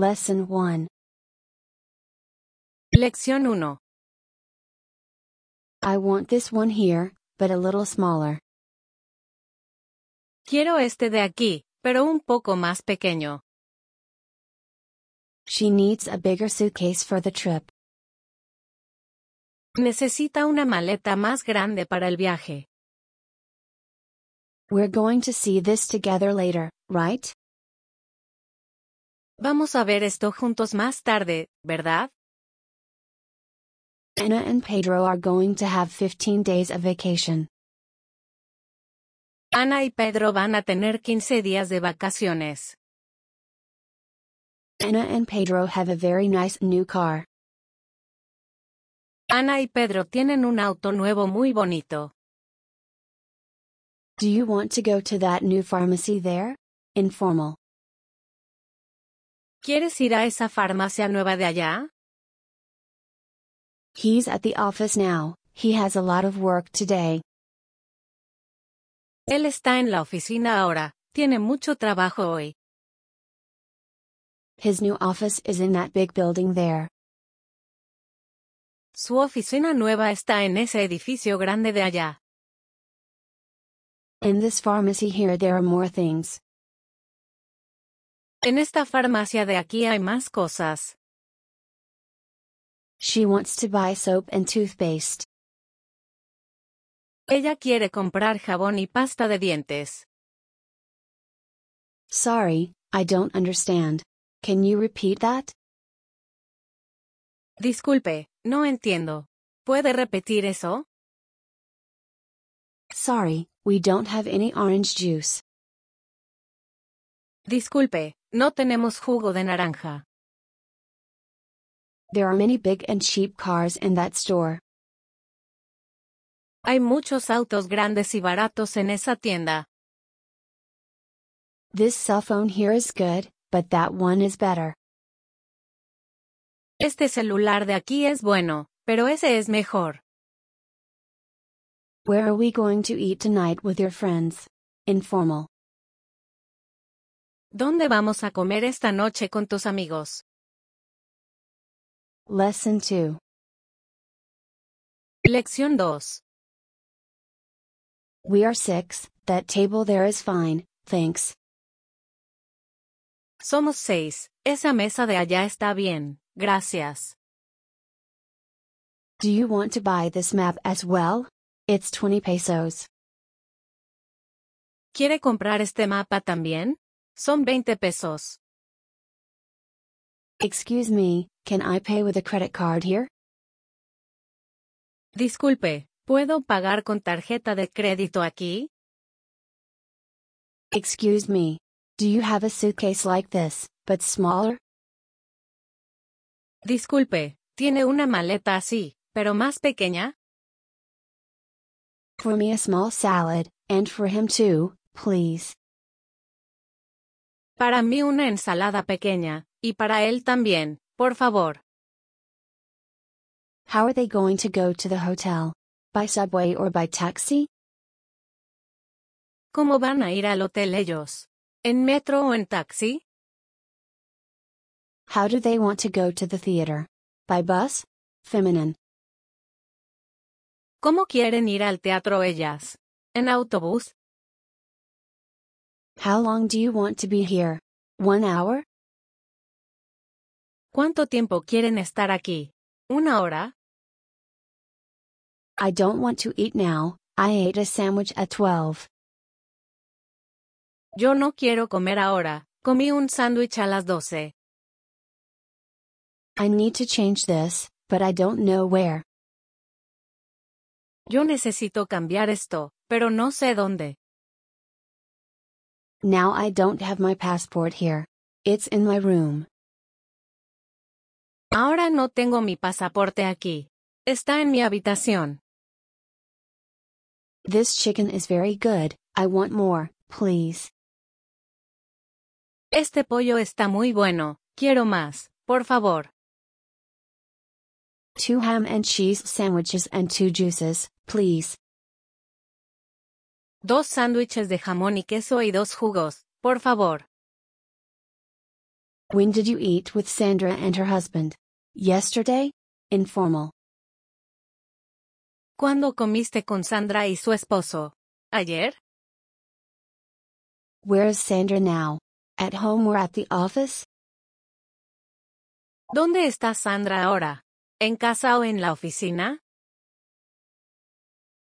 Lesson 1. Lección 1. I want this one here, but a little smaller. Quiero este de aquí, pero un poco más pequeño. She needs a bigger suitcase for the trip. Necesita una maleta más grande para el viaje. We're going to see this together later, right? Vamos a ver esto juntos más tarde, ¿verdad? Anna and Pedro are going to have 15 days of vacation. Ana y Pedro van a tener 15 días de vacaciones. Anna and Pedro have a very nice new car. Ana y Pedro tienen un auto nuevo muy bonito. Do you want to go to that new pharmacy there? Informal. ¿Quieres ir a esa farmacia nueva de allá? He's at the office now, he has a lot of work today. Él está en la oficina ahora, tiene mucho trabajo hoy. His new office is in that big building there. Su oficina nueva está en ese edificio grande de allá. In this pharmacy here, there are more things. En esta farmacia de aquí hay más cosas. She wants to buy soap and toothpaste. Ella quiere comprar jabón y pasta de dientes. Sorry, I don't understand. Can you repeat that? Disculpe, no entiendo. ¿Puede repetir eso? Sorry, we don't have any orange juice. Disculpe, no tenemos jugo de naranja. There are many big and cheap cars in that store. Hay muchos autos grandes y baratos en esa tienda. This cell phone here is good, but that one is better. Este celular de aquí es bueno, pero ese es mejor. Where are we going to eat tonight with your friends? Informal. ¿Dónde vamos a comer esta noche con tus amigos? Lesson 2. Lección 2. We are six, that table there is fine, thanks. Somos seis. Esa mesa de allá está bien. Gracias. Do you want to buy this map as well? It's 20 pesos. ¿Quiere comprar este mapa también? Son 20 pesos. Excuse me, can I pay with a credit card here? Disculpe, ¿puedo pagar con tarjeta de crédito aquí? Excuse me. Do you have a suitcase like this, but smaller? Disculpe, ¿tiene una maleta así, pero más pequeña? For me, a small salad, and for him too, please. Para mí una ensalada pequeña, y para él también, por favor. How are they going to go to the hotel? By subway or by taxi? ¿Cómo van a ir al hotel ellos? ¿En metro o en taxi? How do they want to go to the theater? By bus? Feminine. ¿Cómo quieren ir al teatro ellas? ¿En autobús? How long do you want to be here? One hour? ¿Cuánto tiempo quieren estar aquí? ¿Una hora? I don't want to eat now, I ate a sandwich at 12. Yo no quiero comer ahora, comí un sándwich a las 12. I need to change this, but I don't know where. Yo necesito cambiar esto, pero no sé dónde. Now I don't have my passport here. It's in my room. Ahora no tengo mi pasaporte aquí. Está en mi habitación. This chicken is very good, I want more, please. Este pollo está muy bueno, quiero más, por favor. Two ham and cheese sandwiches and two juices, please. Dos sándwiches de jamón y queso y dos jugos, por favor. When did you eat with Sandra and her husband? Yesterday? Informal. ¿Cuándo comiste con Sandra y su esposo? ¿Ayer? Where is Sandra now? At home or at the office? ¿Dónde está Sandra ahora? ¿En casa o en la oficina?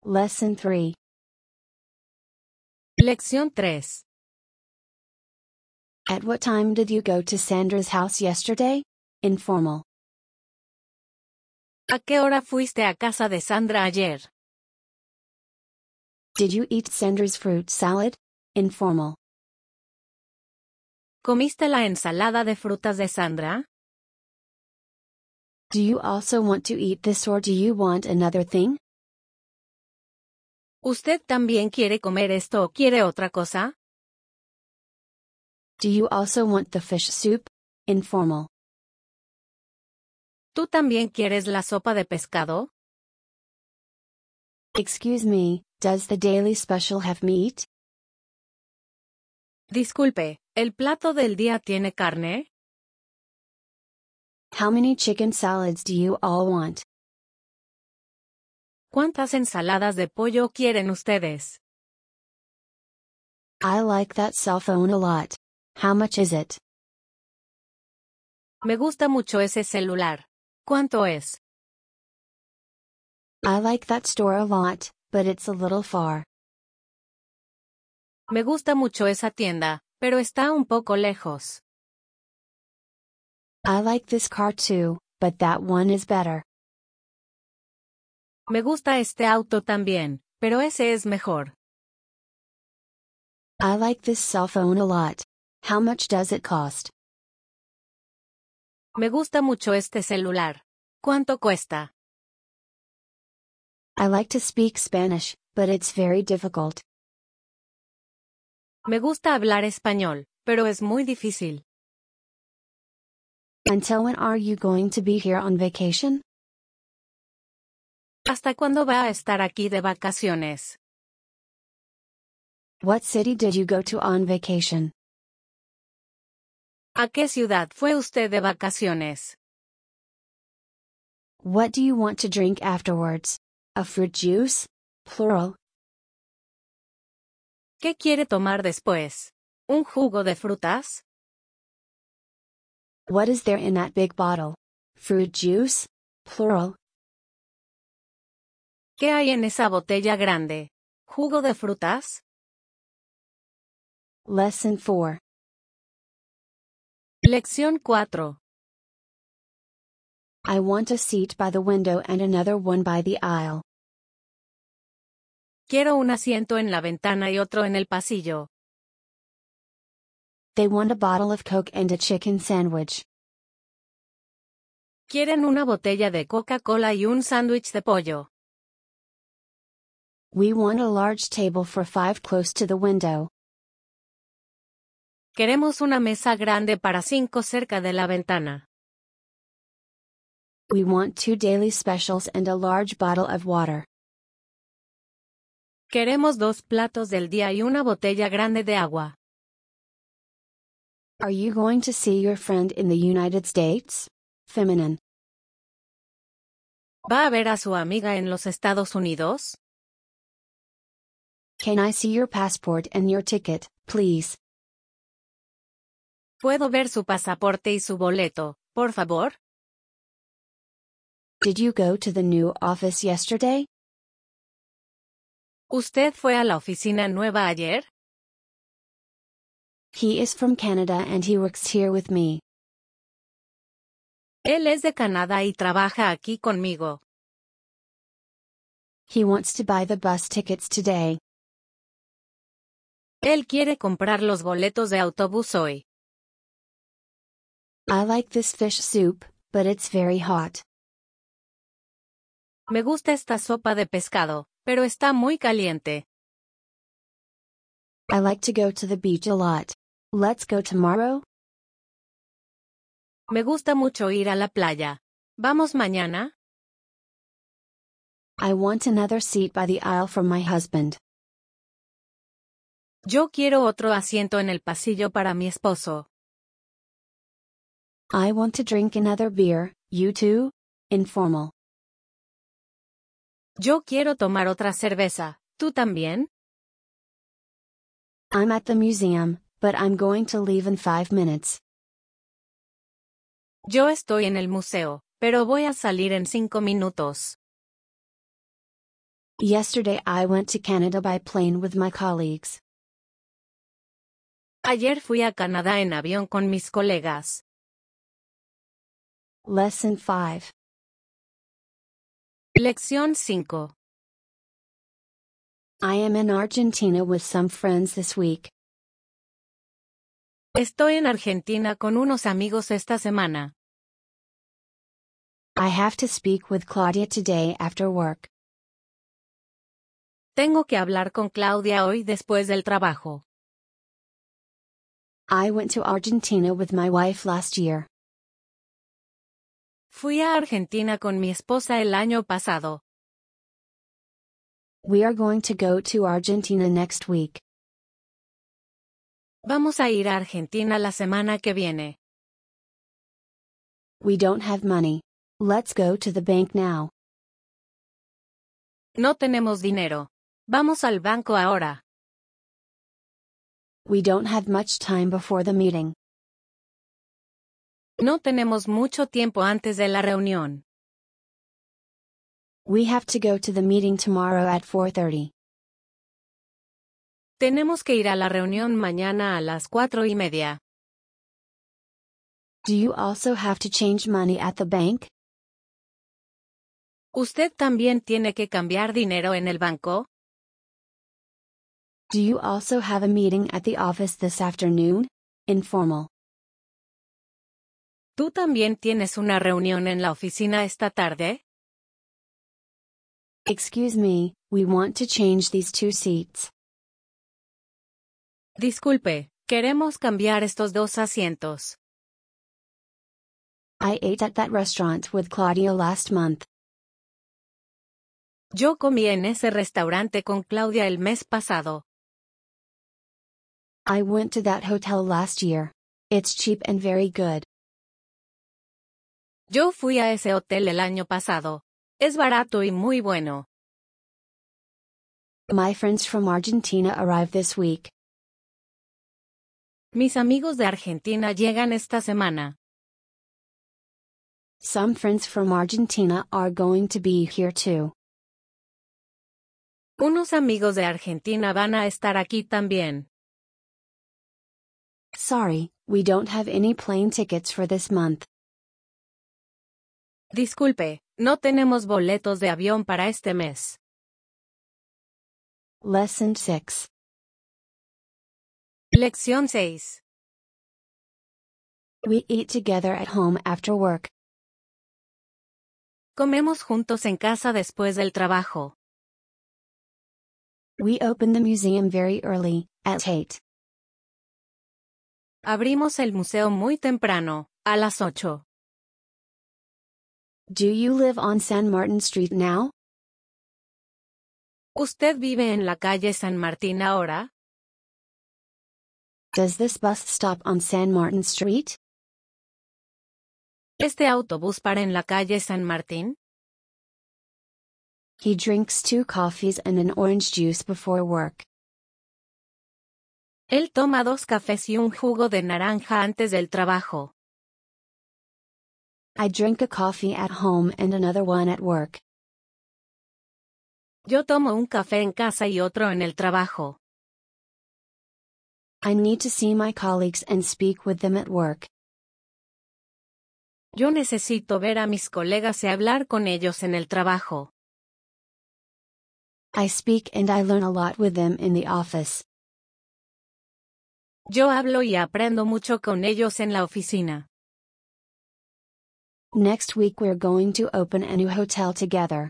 Lesson 3. Lección 3. At what time did you go to Sandra's house yesterday? Informal. ¿A qué hora fuiste a casa de Sandra ayer? Did you eat Sandra's fruit salad? Informal. ¿Comiste la ensalada de frutas de Sandra? Do you also want to eat this or do you want another thing? ¿Usted también quiere comer esto o quiere otra cosa? Do you also want the fish soup? Informal. ¿Tú también quieres la sopa de pescado? Excuse me, does the daily special have meat? Disculpe, ¿el plato del día tiene carne? How many chicken salads do you all want? ¿Cuántas ensaladas de pollo quieren ustedes? I like that cell phone a lot. How much is it? Me gusta mucho ese celular. ¿Cuánto es? I like that store a lot, but it's a little far. Me gusta mucho esa tienda, pero está un poco lejos. I like this car too, but that one is better. Me gusta este auto también, pero ese es mejor. I like this cell phone a lot. How much does it cost? Me gusta mucho este celular. ¿Cuánto cuesta? I like to speak Spanish, but it's very difficult. Me gusta hablar español, pero es muy difícil. Until when are you going to be here on vacation? ¿Hasta cuándo va a estar aquí de vacaciones? What city did you go to on vacation? ¿A qué ciudad fue usted de vacaciones? What do you want to drink afterwards? A fruit juice? Plural. ¿Qué quiere tomar después? ¿Un jugo de frutas? What is there in that big bottle? Fruit juice? Plural. ¿Qué hay en esa botella grande? ¿Jugo de frutas? Lesson 4. Lección 4. I want a seat by the window and another one by the aisle. Quiero un asiento en la ventana y otro en el pasillo. They want a bottle of Coke and a chicken sandwich. Quieren una botella de Coca-Cola y un sándwich de pollo. We want a large table for five close to the window. Queremos una mesa grande para cinco cerca de la ventana. We want two daily specials and a large bottle of water. Queremos dos platos del día y una botella grande de agua. Are you going to see your friend in the United States? Feminine. ¿Va a ver a su amiga en los Estados Unidos? Can I see your passport and your ticket, please? ¿Puedo ver su pasaporte y su boleto, por favor? Did you go to the new office yesterday? ¿Usted fue a la oficina nueva ayer? He is from Canada and he works here with me. Él es de Canadá y trabaja aquí conmigo. He wants to buy the bus tickets today. Él quiere comprar los boletos de autobús hoy. I like this fish soup, but it's very hot. Me gusta esta sopa de pescado, pero está muy caliente. I like to go to the beach a lot. Let's go tomorrow? Me gusta mucho ir a la playa. ¿Vamos mañana? I want another seat by the aisle from my husband. Yo quiero otro asiento en el pasillo para mi esposo. I want to drink another beer, you too? Informal. Yo quiero tomar otra cerveza. ¿Tú también? I'm at the museum, but I'm going to leave in five minutes. Yo estoy en el museo, pero voy a salir en cinco minutos. Yesterday I went to Canada by plane with my colleagues. Ayer fui a Canadá en avión con mis colegas. Lesson 5. Lección 5. I am in Argentina with some friends this week. Estoy en Argentina con unos amigos esta semana. I have to speak with Claudia today after work. Tengo que hablar con Claudia hoy después del trabajo. I went to Argentina with my wife last year. Fui a Argentina con mi esposa el año pasado. We are going to go to Argentina next week. Vamos a ir a Argentina la semana que viene. We don't have money. Let's go to the bank now. No tenemos dinero. Vamos al banco ahora. We don't have much time before the meeting. No tenemos mucho tiempo antes de la reunión. We have to go to the meeting tomorrow at 4:30. Tenemos que ir a la reunión mañana a las cuatro y media. Do you also have to change money at the bank? ¿Usted también tiene que cambiar dinero en el banco? Do you also have a meeting at the office this afternoon? Informal. ¿Tú también tienes una reunión en la oficina esta tarde? Excuse me, we want to change these two seats. Disculpe, queremos cambiar estos dos asientos. I ate at that restaurant with Claudia last month. Yo comí en ese restaurante con Claudia el mes pasado. I went to that hotel last year. It's cheap and very good. Yo fui a ese hotel el año pasado. Es barato y muy bueno. My friends from Argentina arrive this week. Mis amigos de Argentina llegan esta semana. Some friends from Argentina are going to be here too. Unos amigos de Argentina van a estar aquí también. Sorry, we don't have any plane tickets for this month. Disculpe, no tenemos boletos de avión para este mes. Lesson 6. Lección 6. We eat together at home after work. Comemos juntos en casa después del trabajo. We open the museum very early, at 8. Abrimos el museo muy temprano, a las 8. Do you live on San Martin Street now? ¿Usted vive en la calle San Martín ahora? Does this bus stop on San Martin Street? ¿Este autobús para en la calle San Martín? He drinks two coffees and an orange juice before work. Él toma dos cafés y un jugo de naranja antes del trabajo. I drink a coffee at home and another one at work. Yo tomo un café en casa y otro en el trabajo. I need to see my colleagues and speak with them at work. Yo necesito ver a mis colegas y hablar con ellos en el trabajo. I speak and I learn a lot with them in the office. Yo hablo y aprendo mucho con ellos en la oficina. Next week we're going to open a new hotel together.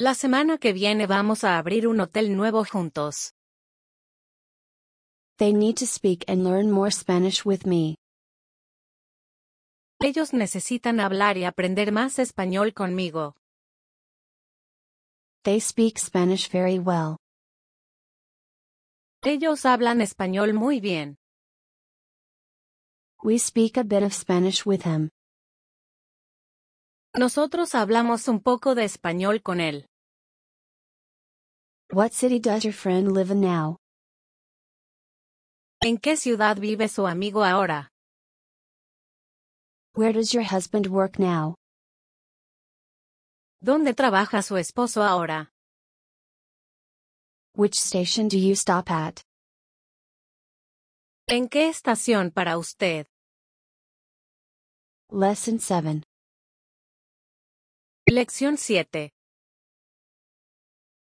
La semana que viene vamos a abrir un hotel nuevo juntos. They need to speak and learn more Spanish with me. Ellos necesitan hablar y aprender más español conmigo. They speak Spanish very well. Ellos hablan español muy bien. We speak a bit of Spanish with him. Nosotros hablamos un poco de español con él. What city does your friend live in now? ¿En qué ciudad vive su amigo ahora? Where does your husband work now? ¿Dónde trabaja su esposo ahora? Which station do you stop at? ¿En qué estación para usted? Lesson 7. Lección 7.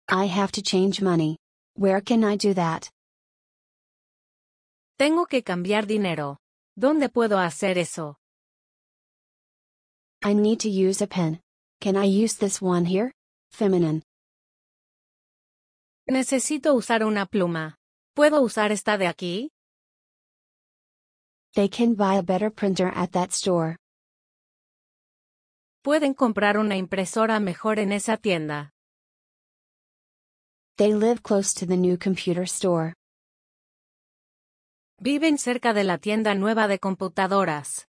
I have to change money. Where can I do that? Tengo que cambiar dinero. ¿Dónde puedo hacer eso? I need to use a pen. Can I use this one here? Feminine. Necesito usar una pluma. ¿Puedo usar esta de aquí? They can buy a better printer at that store. Pueden comprar una impresora mejor en esa tienda. They live close to the new computer store. Viven cerca de la tienda nueva de computadoras.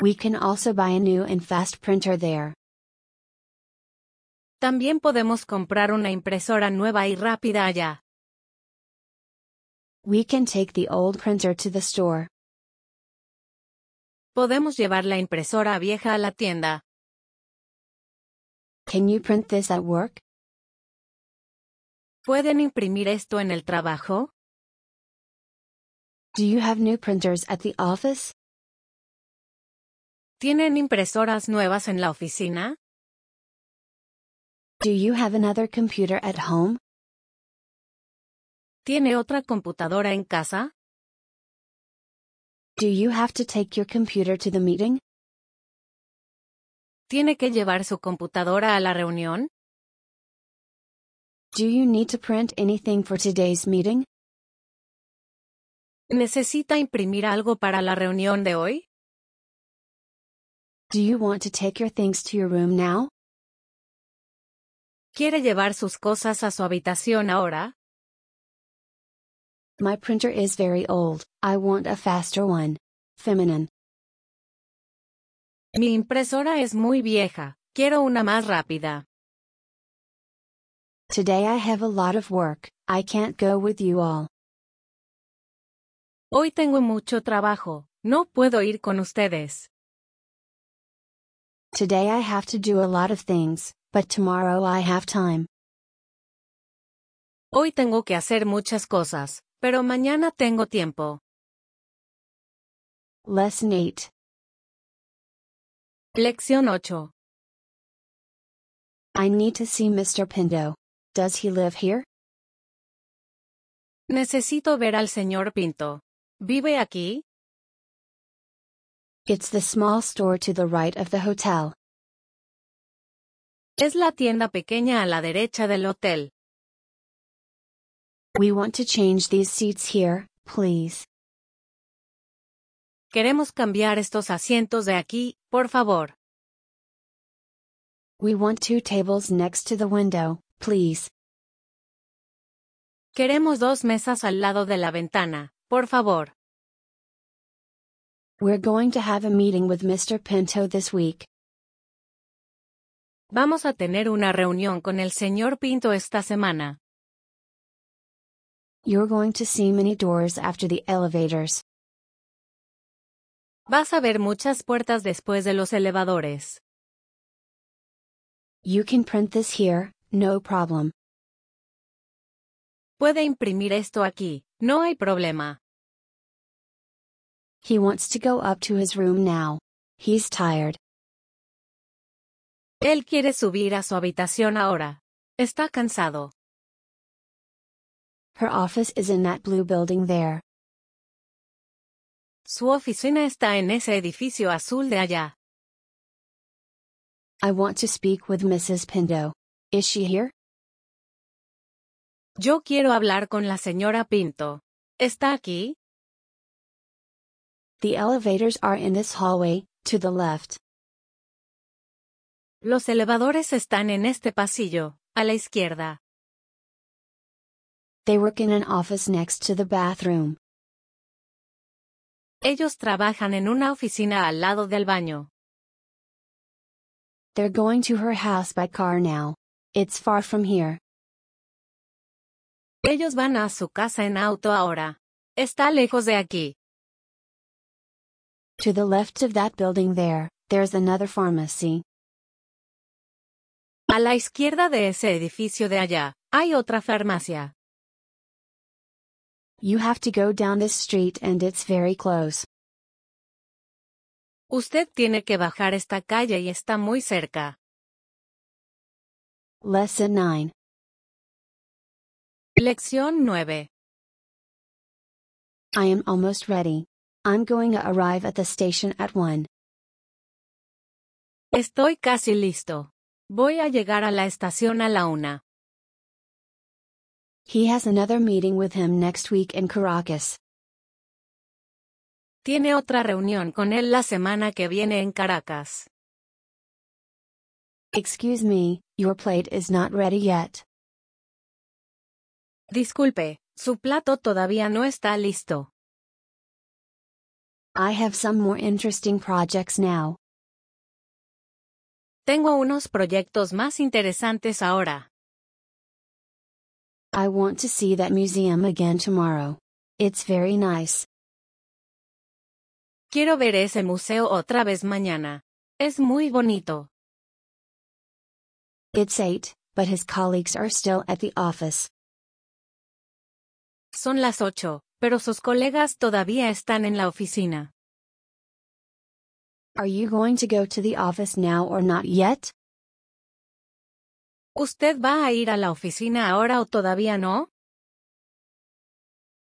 We can also buy a new and fast printer there. También podemos comprar una impresora nueva y rápida allá. We can take the old printer to the store. Podemos llevar la impresora vieja a la tienda. Can you print this at work? ¿Pueden imprimir esto en el trabajo? Do you have new printers at the office? ¿Tienen impresoras nuevas en la oficina? Do you have another computer at home? ¿Tiene otra computadora en casa? Do you have to take your computer to the meeting? ¿Tiene que llevar su computadora a la reunión? Do you need to print anything for today's meeting? ¿Necesita imprimir algo para la reunión de hoy? Do you want to take your things to your room now? ¿Quiere llevar sus cosas a su habitación ahora? My printer is very old. I want a faster one. Feminine. Mi impresora es muy vieja. Quiero una más rápida. Today I have a lot of work. I can't go with you all. Hoy tengo mucho trabajo. No puedo ir con ustedes. Today I have to do a lot of things, but tomorrow I have time. Hoy tengo que hacer muchas cosas, pero mañana tengo tiempo. Lesson 8. Lección 8. I need to see Mr. Pinto. Does he live here? Necesito ver al señor Pinto. ¿Vive aquí? It's the small store to the right of the hotel. Es la tienda pequeña a la derecha del hotel. We want to change these seats here, please. Queremos cambiar estos asientos de aquí, por favor. We want two tables next to the window, please. Queremos dos mesas al lado de la ventana, por favor. We're going to have a meeting with Mr. Pinto this week. Vamos a tener una reunión con el señor Pinto esta semana. You're going to see many doors after the elevators. Vas a ver muchas puertas después de los elevadores. You can print this here, no problem. Puede imprimir esto aquí, no hay problema. He wants to go up to his room now. He's tired. Él quiere subir a su habitación ahora. Está cansado. Her office is in that blue building there. Su oficina está en ese edificio azul de allá. I want to speak with Mrs. Pinto. Is she here? Yo quiero hablar con la señora Pinto. ¿Está aquí? The elevators are in this hallway, to the left. Los elevadores están en este pasillo, a la izquierda. They work in an office next to the bathroom. Ellos trabajan en una oficina al lado del baño. They're going to her house by car now. It's far from here. Ellos van a su casa en auto ahora. Está lejos de aquí. To the left of that building there, there's another pharmacy. A la izquierda de ese edificio de allá, hay otra farmacia. You have to go down this street and it's very close. Usted tiene que bajar esta calle y está muy cerca. Lesson 9. Lección 9. I am almost ready. I'm going to arrive at the station at 1. Estoy casi listo. Voy a llegar a la estación a la una. He has another meeting with him next week in Caracas. Tiene otra reunión con él la semana que viene en Caracas. Excuse me, your plate is not ready yet. Disculpe, su plato todavía no está listo. I have some more interesting projects now. Tengo unos proyectos más interesantes ahora. I want to see that museum again tomorrow. It's very nice. Quiero ver ese museo otra vez mañana. Es muy bonito. It's 8, but his colleagues are still at the office. Son las ocho, pero sus colegas todavía están en la oficina. Are you going to go to the office now or not yet? ¿Usted va a ir a la oficina ahora o todavía no?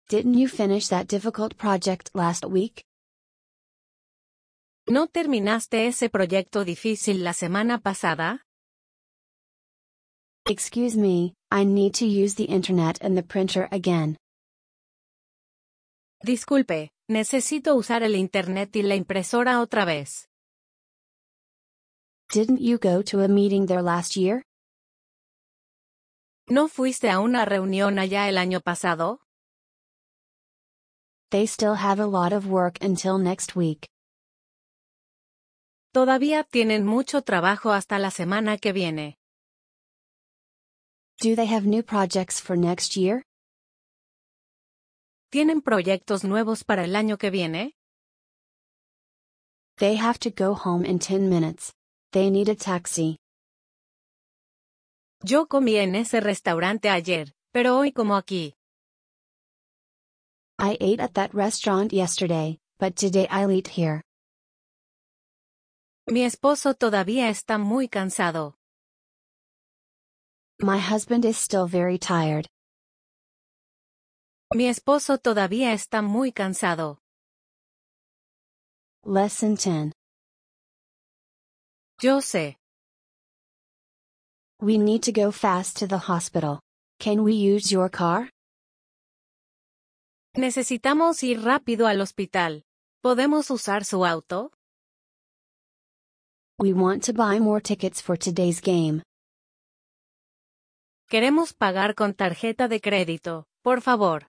Didn't you finish that difficult project last week? ¿No terminaste ese proyecto difícil la semana pasada? Excuse me, I need to use the internet and the printer again. Disculpe, necesito usar el Internet y la impresora otra vez. Didn't you go to a meeting there last year? ¿No fuiste a una reunión allá el año pasado? They still have a lot of work until next week. Todavía tienen mucho trabajo hasta la semana que viene. Do they have new projects for next year? ¿Tienen proyectos nuevos para el año que viene? They have to go home in 10 minutes. They need a taxi. Yo comí en ese restaurante ayer, pero hoy como aquí. I ate at that restaurant yesterday, but today I'll eat here. Mi esposo todavía está muy cansado. My husband is still very tired. Mi esposo todavía está muy cansado. Lesson 10. Yo sé. We need to go fast to the hospital. Can we use your car? Necesitamos ir rápido al hospital. ¿Podemos usar su auto? We want to buy more tickets for today's game. Queremos pagar con tarjeta de crédito, por favor.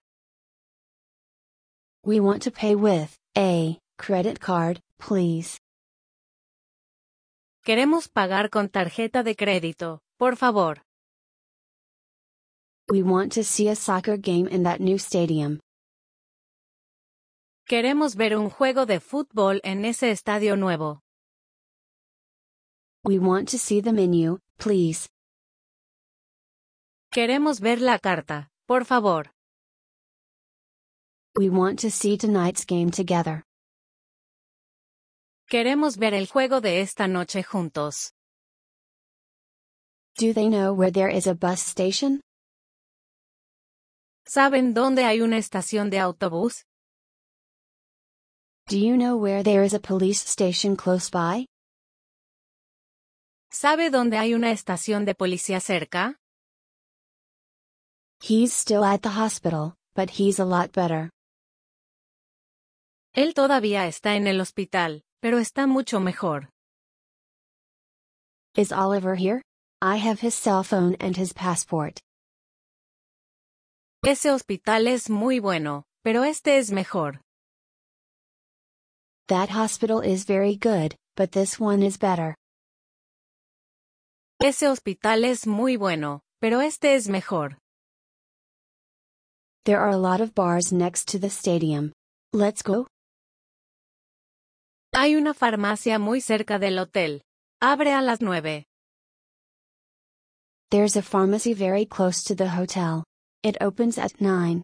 We want to pay with a credit card, please. Queremos pagar con tarjeta de crédito, por favor. We want to see a soccer game in that new stadium. Queremos ver un juego de fútbol en ese estadio nuevo. We want to see the menu, please. Queremos ver la carta, por favor. We want to see tonight's game together. Queremos ver el juego de esta noche juntos. Do they know where there is a bus station? ¿Saben dónde hay una estación de autobús? Do you know where there is a police station close by? ¿Sabe dónde hay una estación de policía cerca? He's still at the hospital, but he's a lot better. Él todavía está en el hospital, pero está mucho mejor. Is Oliver here? I have his cell phone and his passport. Ese hospital es muy bueno, pero este es mejor. That hospital is very good, but this one is better. Ese hospital es muy bueno, pero este es mejor. There are a lot of bars next to the stadium. Let's go. Hay una farmacia muy cerca del hotel. Abre a las nueve. There's a pharmacy very close to the hotel. It opens at 9.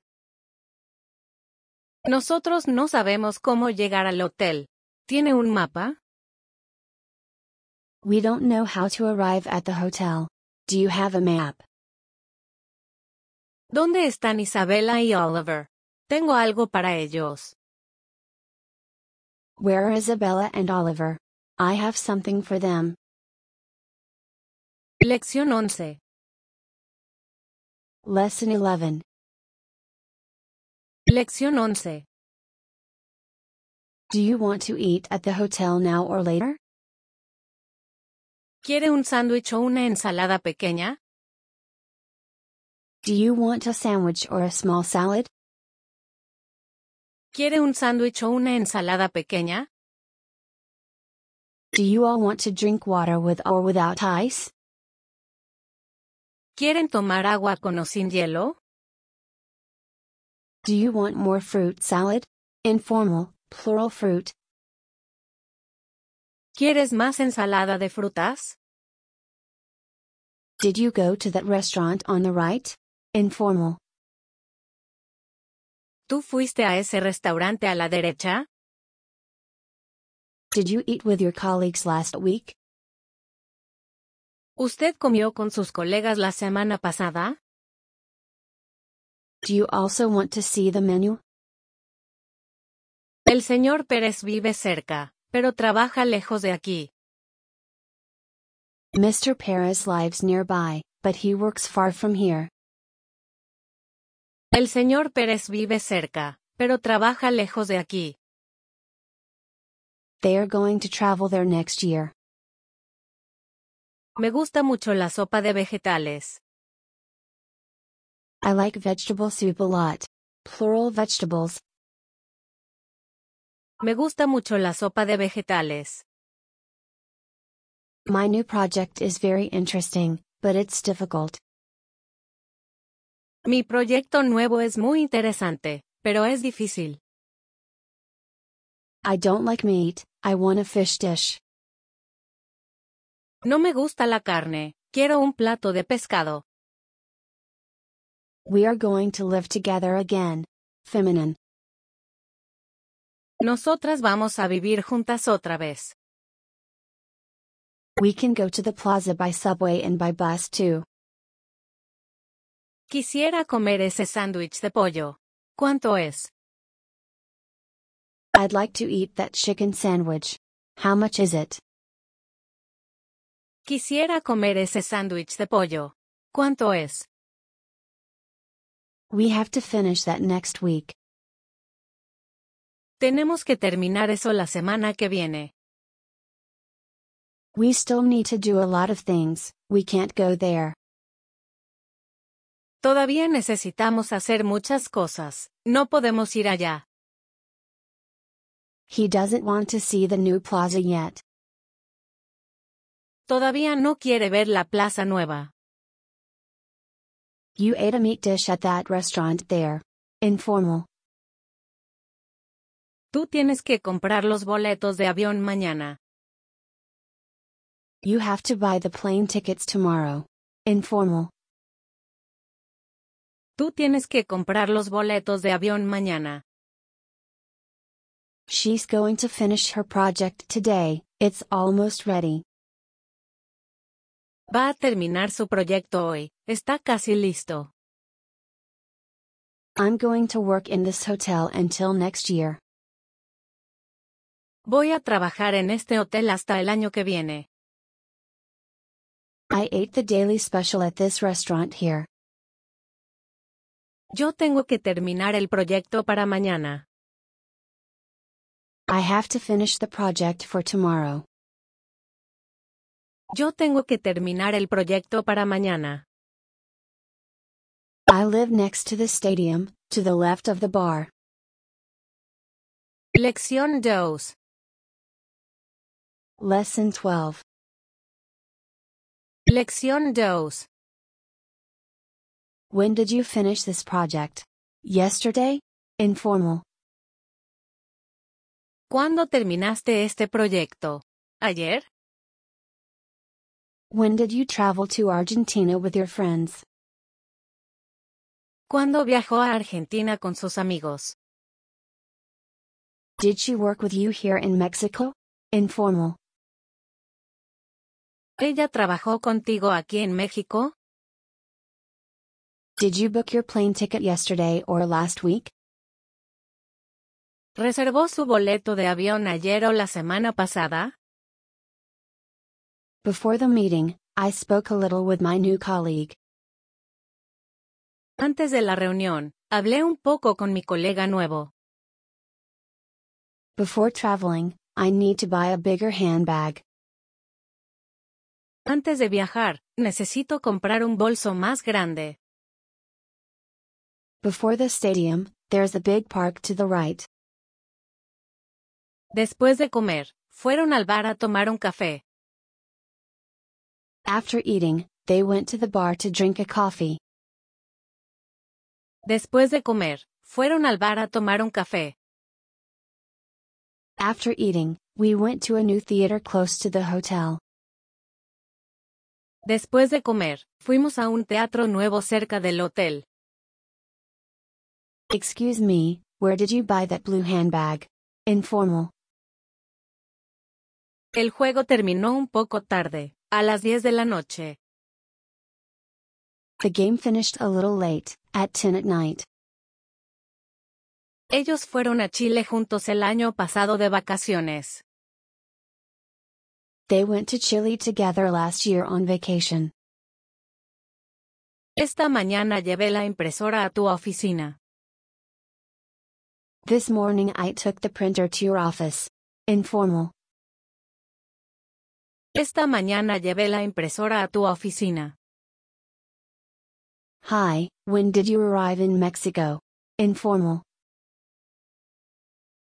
Nosotros no sabemos cómo llegar al hotel. ¿Tiene un mapa? We don't know how to arrive at the hotel. Do you have a map? ¿Dónde están Isabela y Oliver? Tengo algo para ellos. Where are Isabella and Oliver? I have something for them. Lección 11. Lesson 11. Lección 11. Do you want to eat at the hotel now or later? ¿Quiere un sándwich o una ensalada pequeña? Do you want a sandwich or a small salad? ¿Quiere un sándwich o una ensalada pequeña? Do you all want to drink water with or without ice? ¿Quieren tomar agua con o sin hielo? Do you want more fruit salad? Informal, plural fruit. ¿Quieres más ensalada de frutas? Did you go to that restaurant on the right? Informal. ¿Tú fuiste a ese restaurante a la derecha? Did you eat with your colleagues last week? ¿Usted comió con sus colegas la semana pasada? Do you also want to see the menu? El señor Pérez vive cerca, pero trabaja lejos de aquí. Mr. Perez lives nearby, but he works far from here. El señor Pérez vive cerca, pero trabaja lejos de aquí. They are going to travel there next year. Me gusta mucho la sopa de vegetales. I like vegetable soup a lot. Plural vegetables. Me gusta mucho la sopa de vegetales. My new project is very interesting, but it's difficult. Mi proyecto nuevo es muy interesante, pero es difícil. I don't like meat, I want a fish dish. No me gusta la carne, quiero un plato de pescado. We are going to live together again. Feminine. Nosotras vamos a vivir juntas otra vez. We can go to the plaza by subway and by bus too. Quisiera comer ese sándwich de pollo. ¿Cuánto es? I'd like to eat that chicken sandwich. How much is it? Quisiera comer ese sándwich de pollo. ¿Cuánto es? We have to finish that next week. Tenemos que terminar eso la semana que viene. We still need to do a lot of things, we can't go there. Todavía necesitamos hacer muchas cosas. No podemos ir allá. He doesn't want to see the new plaza yet. Todavía no quiere ver la plaza nueva. You ate a meat dish at that restaurant there. Informal. Tú tienes que comprar los boletos de avión mañana. You have to buy the plane tickets tomorrow. Informal. Tú tienes que comprar los boletos de avión mañana. She's going to finish her project today, it's almost ready. Va a terminar su proyecto hoy. Está casi listo. I'm going to work in this hotel until next year. Voy a trabajar en este hotel hasta el año que viene. I ate the daily special at this restaurant here. Yo tengo que terminar el proyecto para mañana. I have to finish the project for tomorrow. Yo tengo que terminar el proyecto para mañana. I live next to the stadium, to the left of the bar. Lección 2. Lesson 12. Lección 2. When did you finish this project? Yesterday? Informal. ¿Cuándo terminaste este proyecto? ¿Ayer? When did you travel to Argentina with your friends? ¿Cuándo viajó a Argentina con sus amigos? Did she work with you here in Mexico? Informal. ¿Ella trabajó contigo aquí en México? Did you book your plane ticket yesterday or last week? ¿Reservó su boleto de avión ayer o la semana pasada? Before the meeting, I spoke a little with my new colleague. Antes de la reunión, hablé un poco con mi colega nuevo. Before traveling, I need to buy a bigger handbag. Antes de viajar, necesito comprar un bolso más grande. Before the stadium, there's a big park to the right. Después de comer, fueron al bar a tomar un café. After eating, they went to the bar to drink a coffee. Después de comer, fueron al bar a tomar un café. After eating, we went to a new theater close to the hotel. Después de comer, fuimos a un teatro nuevo cerca del hotel. Excuse me, where did you buy that blue handbag? Informal. El juego terminó un poco tarde, a las 10 de la noche. The game finished a little late, at 10 at night. Ellos fueron a Chile juntos el año pasado de vacaciones. They went to Chile together last year on vacation. Esta mañana llevé la impresora a tu oficina. This morning I took the printer to your office. Informal. Esta mañana llevé la impresora a tu oficina. Hi, when did you arrive in Mexico? Informal.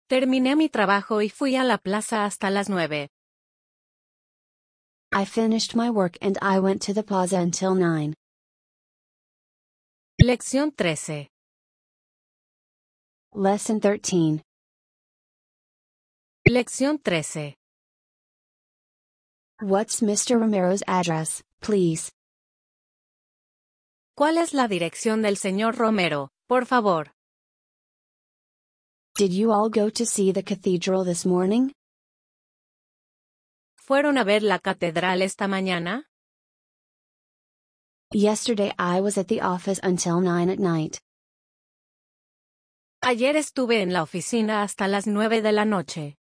Terminé mi trabajo y fui a la plaza hasta las 9. I finished my work and I went to the plaza until 9. Lección 13. Lesson 13. Lección 13. What's Mr. Romero's address, please? ¿Cuál es la dirección del señor Romero, por favor? Did you all go to see the cathedral this morning? ¿Fueron a ver la catedral esta mañana? Yesterday I was at the office until 9 at night. Ayer estuve en la oficina hasta las 9 de la noche.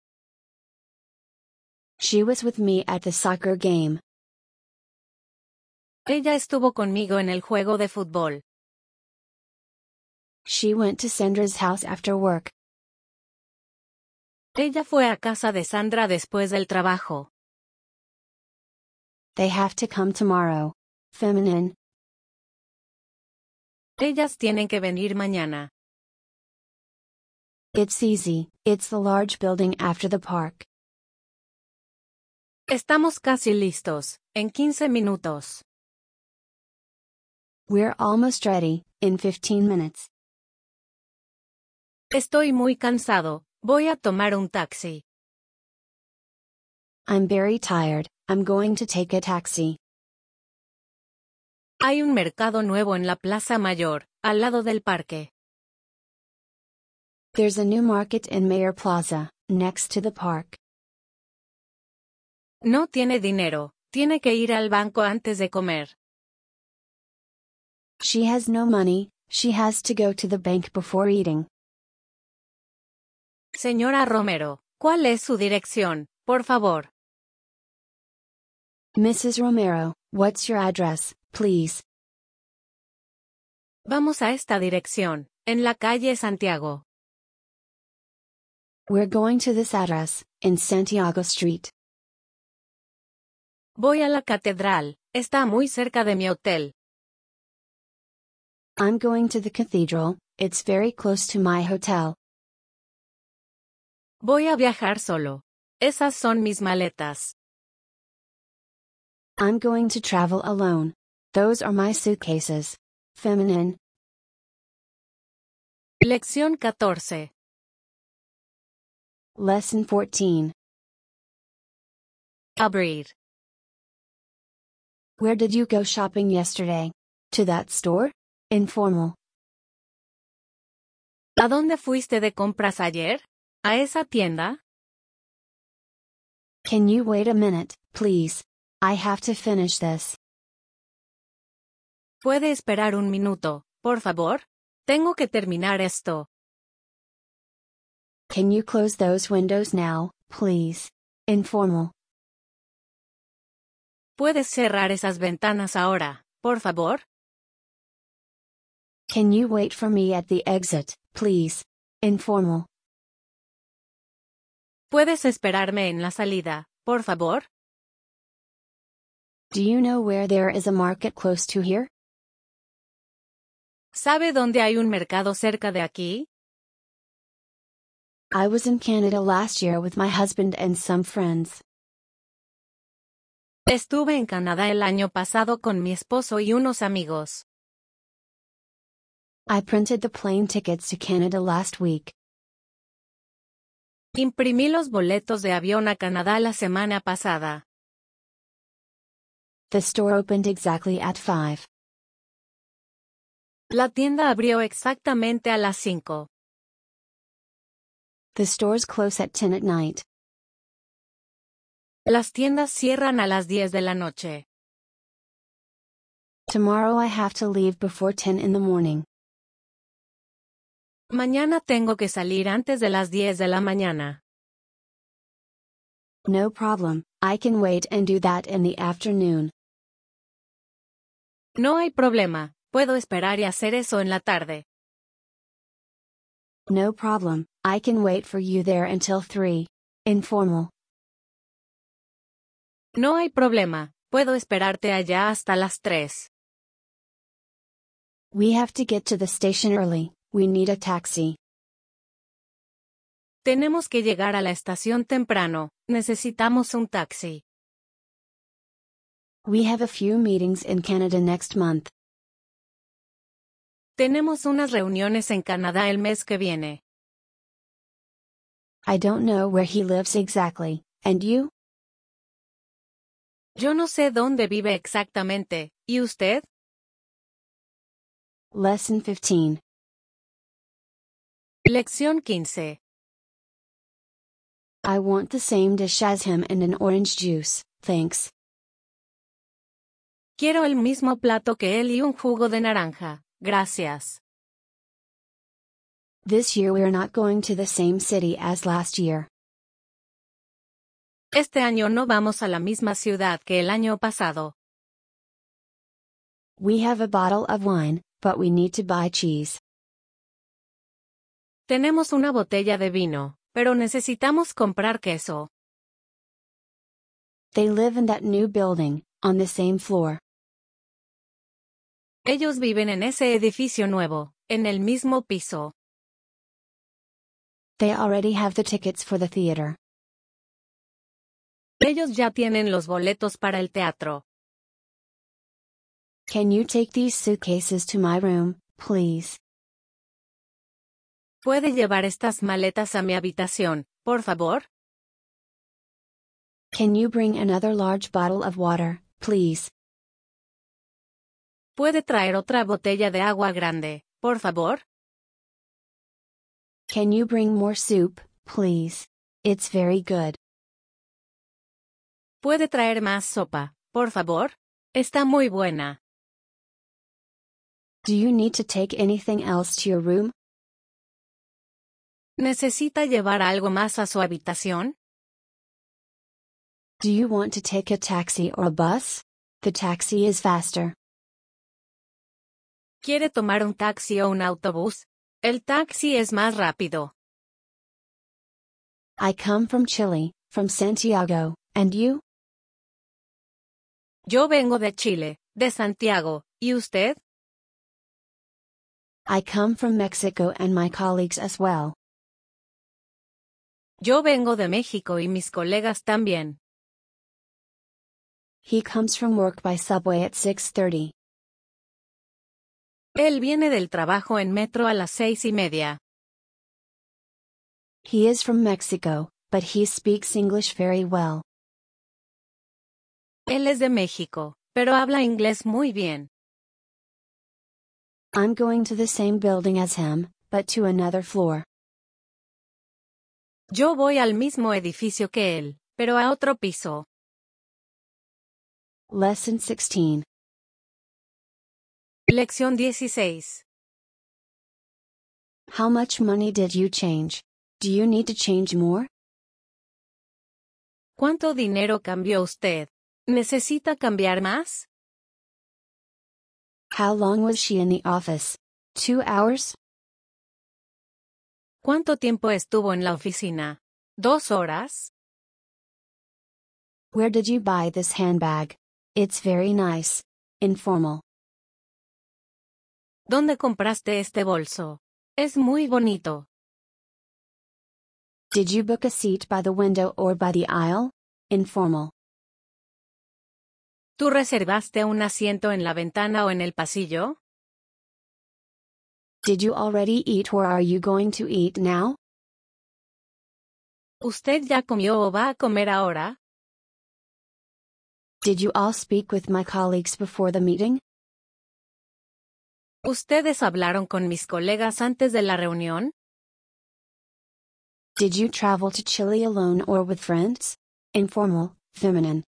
She was with me at the soccer game. Ella estuvo conmigo en el juego de fútbol. She went to Sandra's house after work. Ella fue a casa de Sandra después del trabajo. They have to come tomorrow. Feminine. Ellas tienen que venir mañana. It's easy, it's the large building after the park. Estamos casi listos, en 15 minutos. We're almost ready, in 15 minutes. Estoy muy cansado, voy a tomar un taxi. I'm very tired, I'm going to take a taxi. Hay un mercado nuevo en la Plaza Mayor, al lado del parque. There's a new market in Mayor Plaza, next to the park. No tiene dinero, tiene que ir al banco antes de comer. She has no money, she has to go to the bank before eating. Señora Romero, ¿cuál es su dirección, por favor? Mrs. Romero, what's your address, please? Vamos a esta dirección, en la calle Santiago. We're going to this address, in Santiago Street. Voy a la catedral, está muy cerca de mi hotel. I'm going to the cathedral, it's very close to my hotel. Voy a viajar solo. Esas son mis maletas. I'm going to travel alone. Those are my suitcases. Feminine. Lección 14. Lesson 14. Abrir. Where did you go shopping yesterday? To that store? Informal. ¿A dónde fuiste de compras ayer? ¿A esa tienda? Can you wait a minute, please? I have to finish this. ¿Puede esperar un minuto, por favor? Tengo que terminar esto. Can you close those windows now, please? Informal. ¿Puedes cerrar esas ventanas ahora, por favor? Can you wait for me at the exit, please? Informal. ¿Puedes esperarme en la salida, por favor? Do you know where there is a market close to here? ¿Sabe dónde hay un mercado cerca de aquí? I was in Canada last year with my husband and some friends. Estuve en Canadá el año pasado con mi esposo y unos amigos. I printed the plane tickets to Canada last week. Imprimí los boletos de avión a Canadá la semana pasada. The store opened exactly at 5. La tienda abrió exactamente a las 5. The stores close at 10 at night. Las tiendas cierran a las 10 de la noche. Tomorrow I have to leave before 10 in the morning. Mañana tengo que salir antes de las 10 de la mañana. No problem, I can wait and do that in the afternoon. No hay problema, puedo esperar y hacer eso en la tarde. No problem, I can wait for you there until 3. Informal. No hay problema, puedo esperarte allá hasta las 3. We have to get to the station early, we need a taxi. Tenemos que llegar a la estación temprano, necesitamos un taxi. We have a few meetings in Canada next month. Tenemos unas reuniones en Canadá el mes que viene. I don't know where he lives exactly, and you? Yo no sé dónde vive exactamente, ¿y usted? Lesson 15. Lección 15. I want the same dish as him and an orange juice, thanks. Quiero el mismo plato que él y un jugo de naranja, gracias. This year we are not going to the same city as last year. Este año no vamos a la misma ciudad que el año pasado. We have a bottle of wine, but we need to buy cheese. Tenemos una botella de vino, pero necesitamos comprar queso. They live in that new building, on the same floor. Ellos viven en ese edificio nuevo, en el mismo piso. They already have the tickets for the theater. Ellos ya tienen los boletos para el teatro. Can you take these suitcases to my room, please? ¿Puede llevar estas maletas a mi habitación, por favor? Can you bring another large bottle of water, please? ¿Puede traer otra botella de agua grande, por favor? Can you bring more soup, please? It's very good. ¿Puede traer más sopa, por favor? Está muy buena. Do you need to take anything else to your room? ¿Necesita llevar algo más a su habitación? Do you want to take a taxi or a bus? The taxi is faster. ¿Quiere tomar un taxi o un autobús? El taxi es más rápido. I come from Chile, from Santiago, and you? Yo vengo de Chile, de Santiago, ¿y usted? I come from Mexico and my colleagues as well. Yo vengo de México y mis colegas también. He comes from work by subway at 6:30. Él viene del trabajo en metro a las seis y media. He is from Mexico, but he speaks English very well. Él es de México, pero habla inglés muy bien. I'm going to the same building as him, but to another floor. Yo voy al mismo edificio que él, pero a otro piso. Lesson 16. Lección 16. How much money did you change? Do you need to change more? ¿Cuánto dinero cambió usted? ¿Necesita cambiar más? How long was she in the office? Two hours? ¿Cuánto tiempo estuvo en la oficina? ¿Dos horas? Where did you buy this handbag? It's very nice. Informal. ¿Dónde compraste este bolso? Es muy bonito. Did you book a seat by the window or by the aisle? Informal. ¿Tú reservaste un asiento en la ventana o en el pasillo? Did you already eat or are you going to eat now? ¿Usted ya comió o va a comer ahora? Did you all speak with my colleagues before the meeting? ¿Ustedes hablaron con mis colegas antes de la reunión? Did you travel to Chile alone or with friends? Informal, feminine.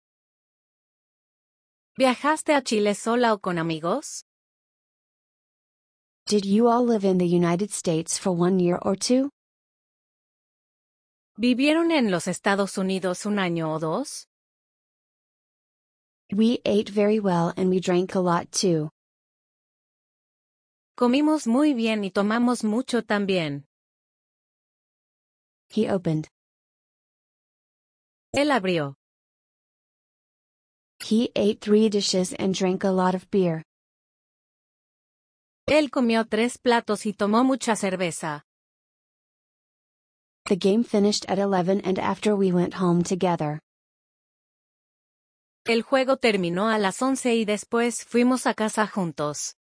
¿Viajaste a Chile sola o con amigos? Did you all live in the United States for one year or two? ¿Vivieron en los Estados Unidos un año o dos? We ate very well and we drank a lot too. Comimos muy bien y tomamos mucho también. He opened. Él abrió. He ate three dishes and drank a lot of beer. Él comió tres platos y tomó mucha cerveza. The game finished at 11 and after we went home together. El juego terminó a las 11 y después fuimos a casa juntos.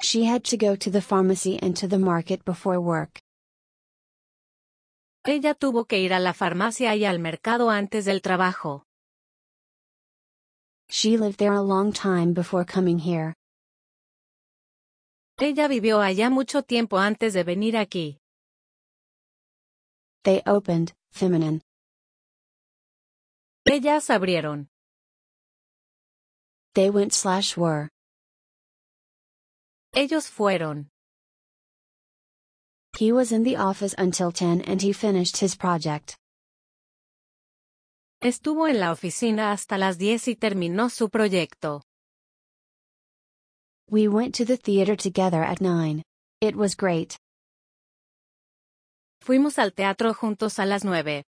She had to go to the pharmacy and to the market before work. Ella tuvo que ir a la farmacia y al mercado antes del trabajo. She lived there a long time before coming here. Ella vivió allá mucho tiempo antes de venir aquí. They opened, feminine. Ellas abrieron. They went slash were. Ellos fueron. He was in the office until 10 and he finished his project. Estuvo en la oficina hasta las 10 y terminó su proyecto. We went to the theater together at 9. It was great. Fuimos al teatro juntos a las 9.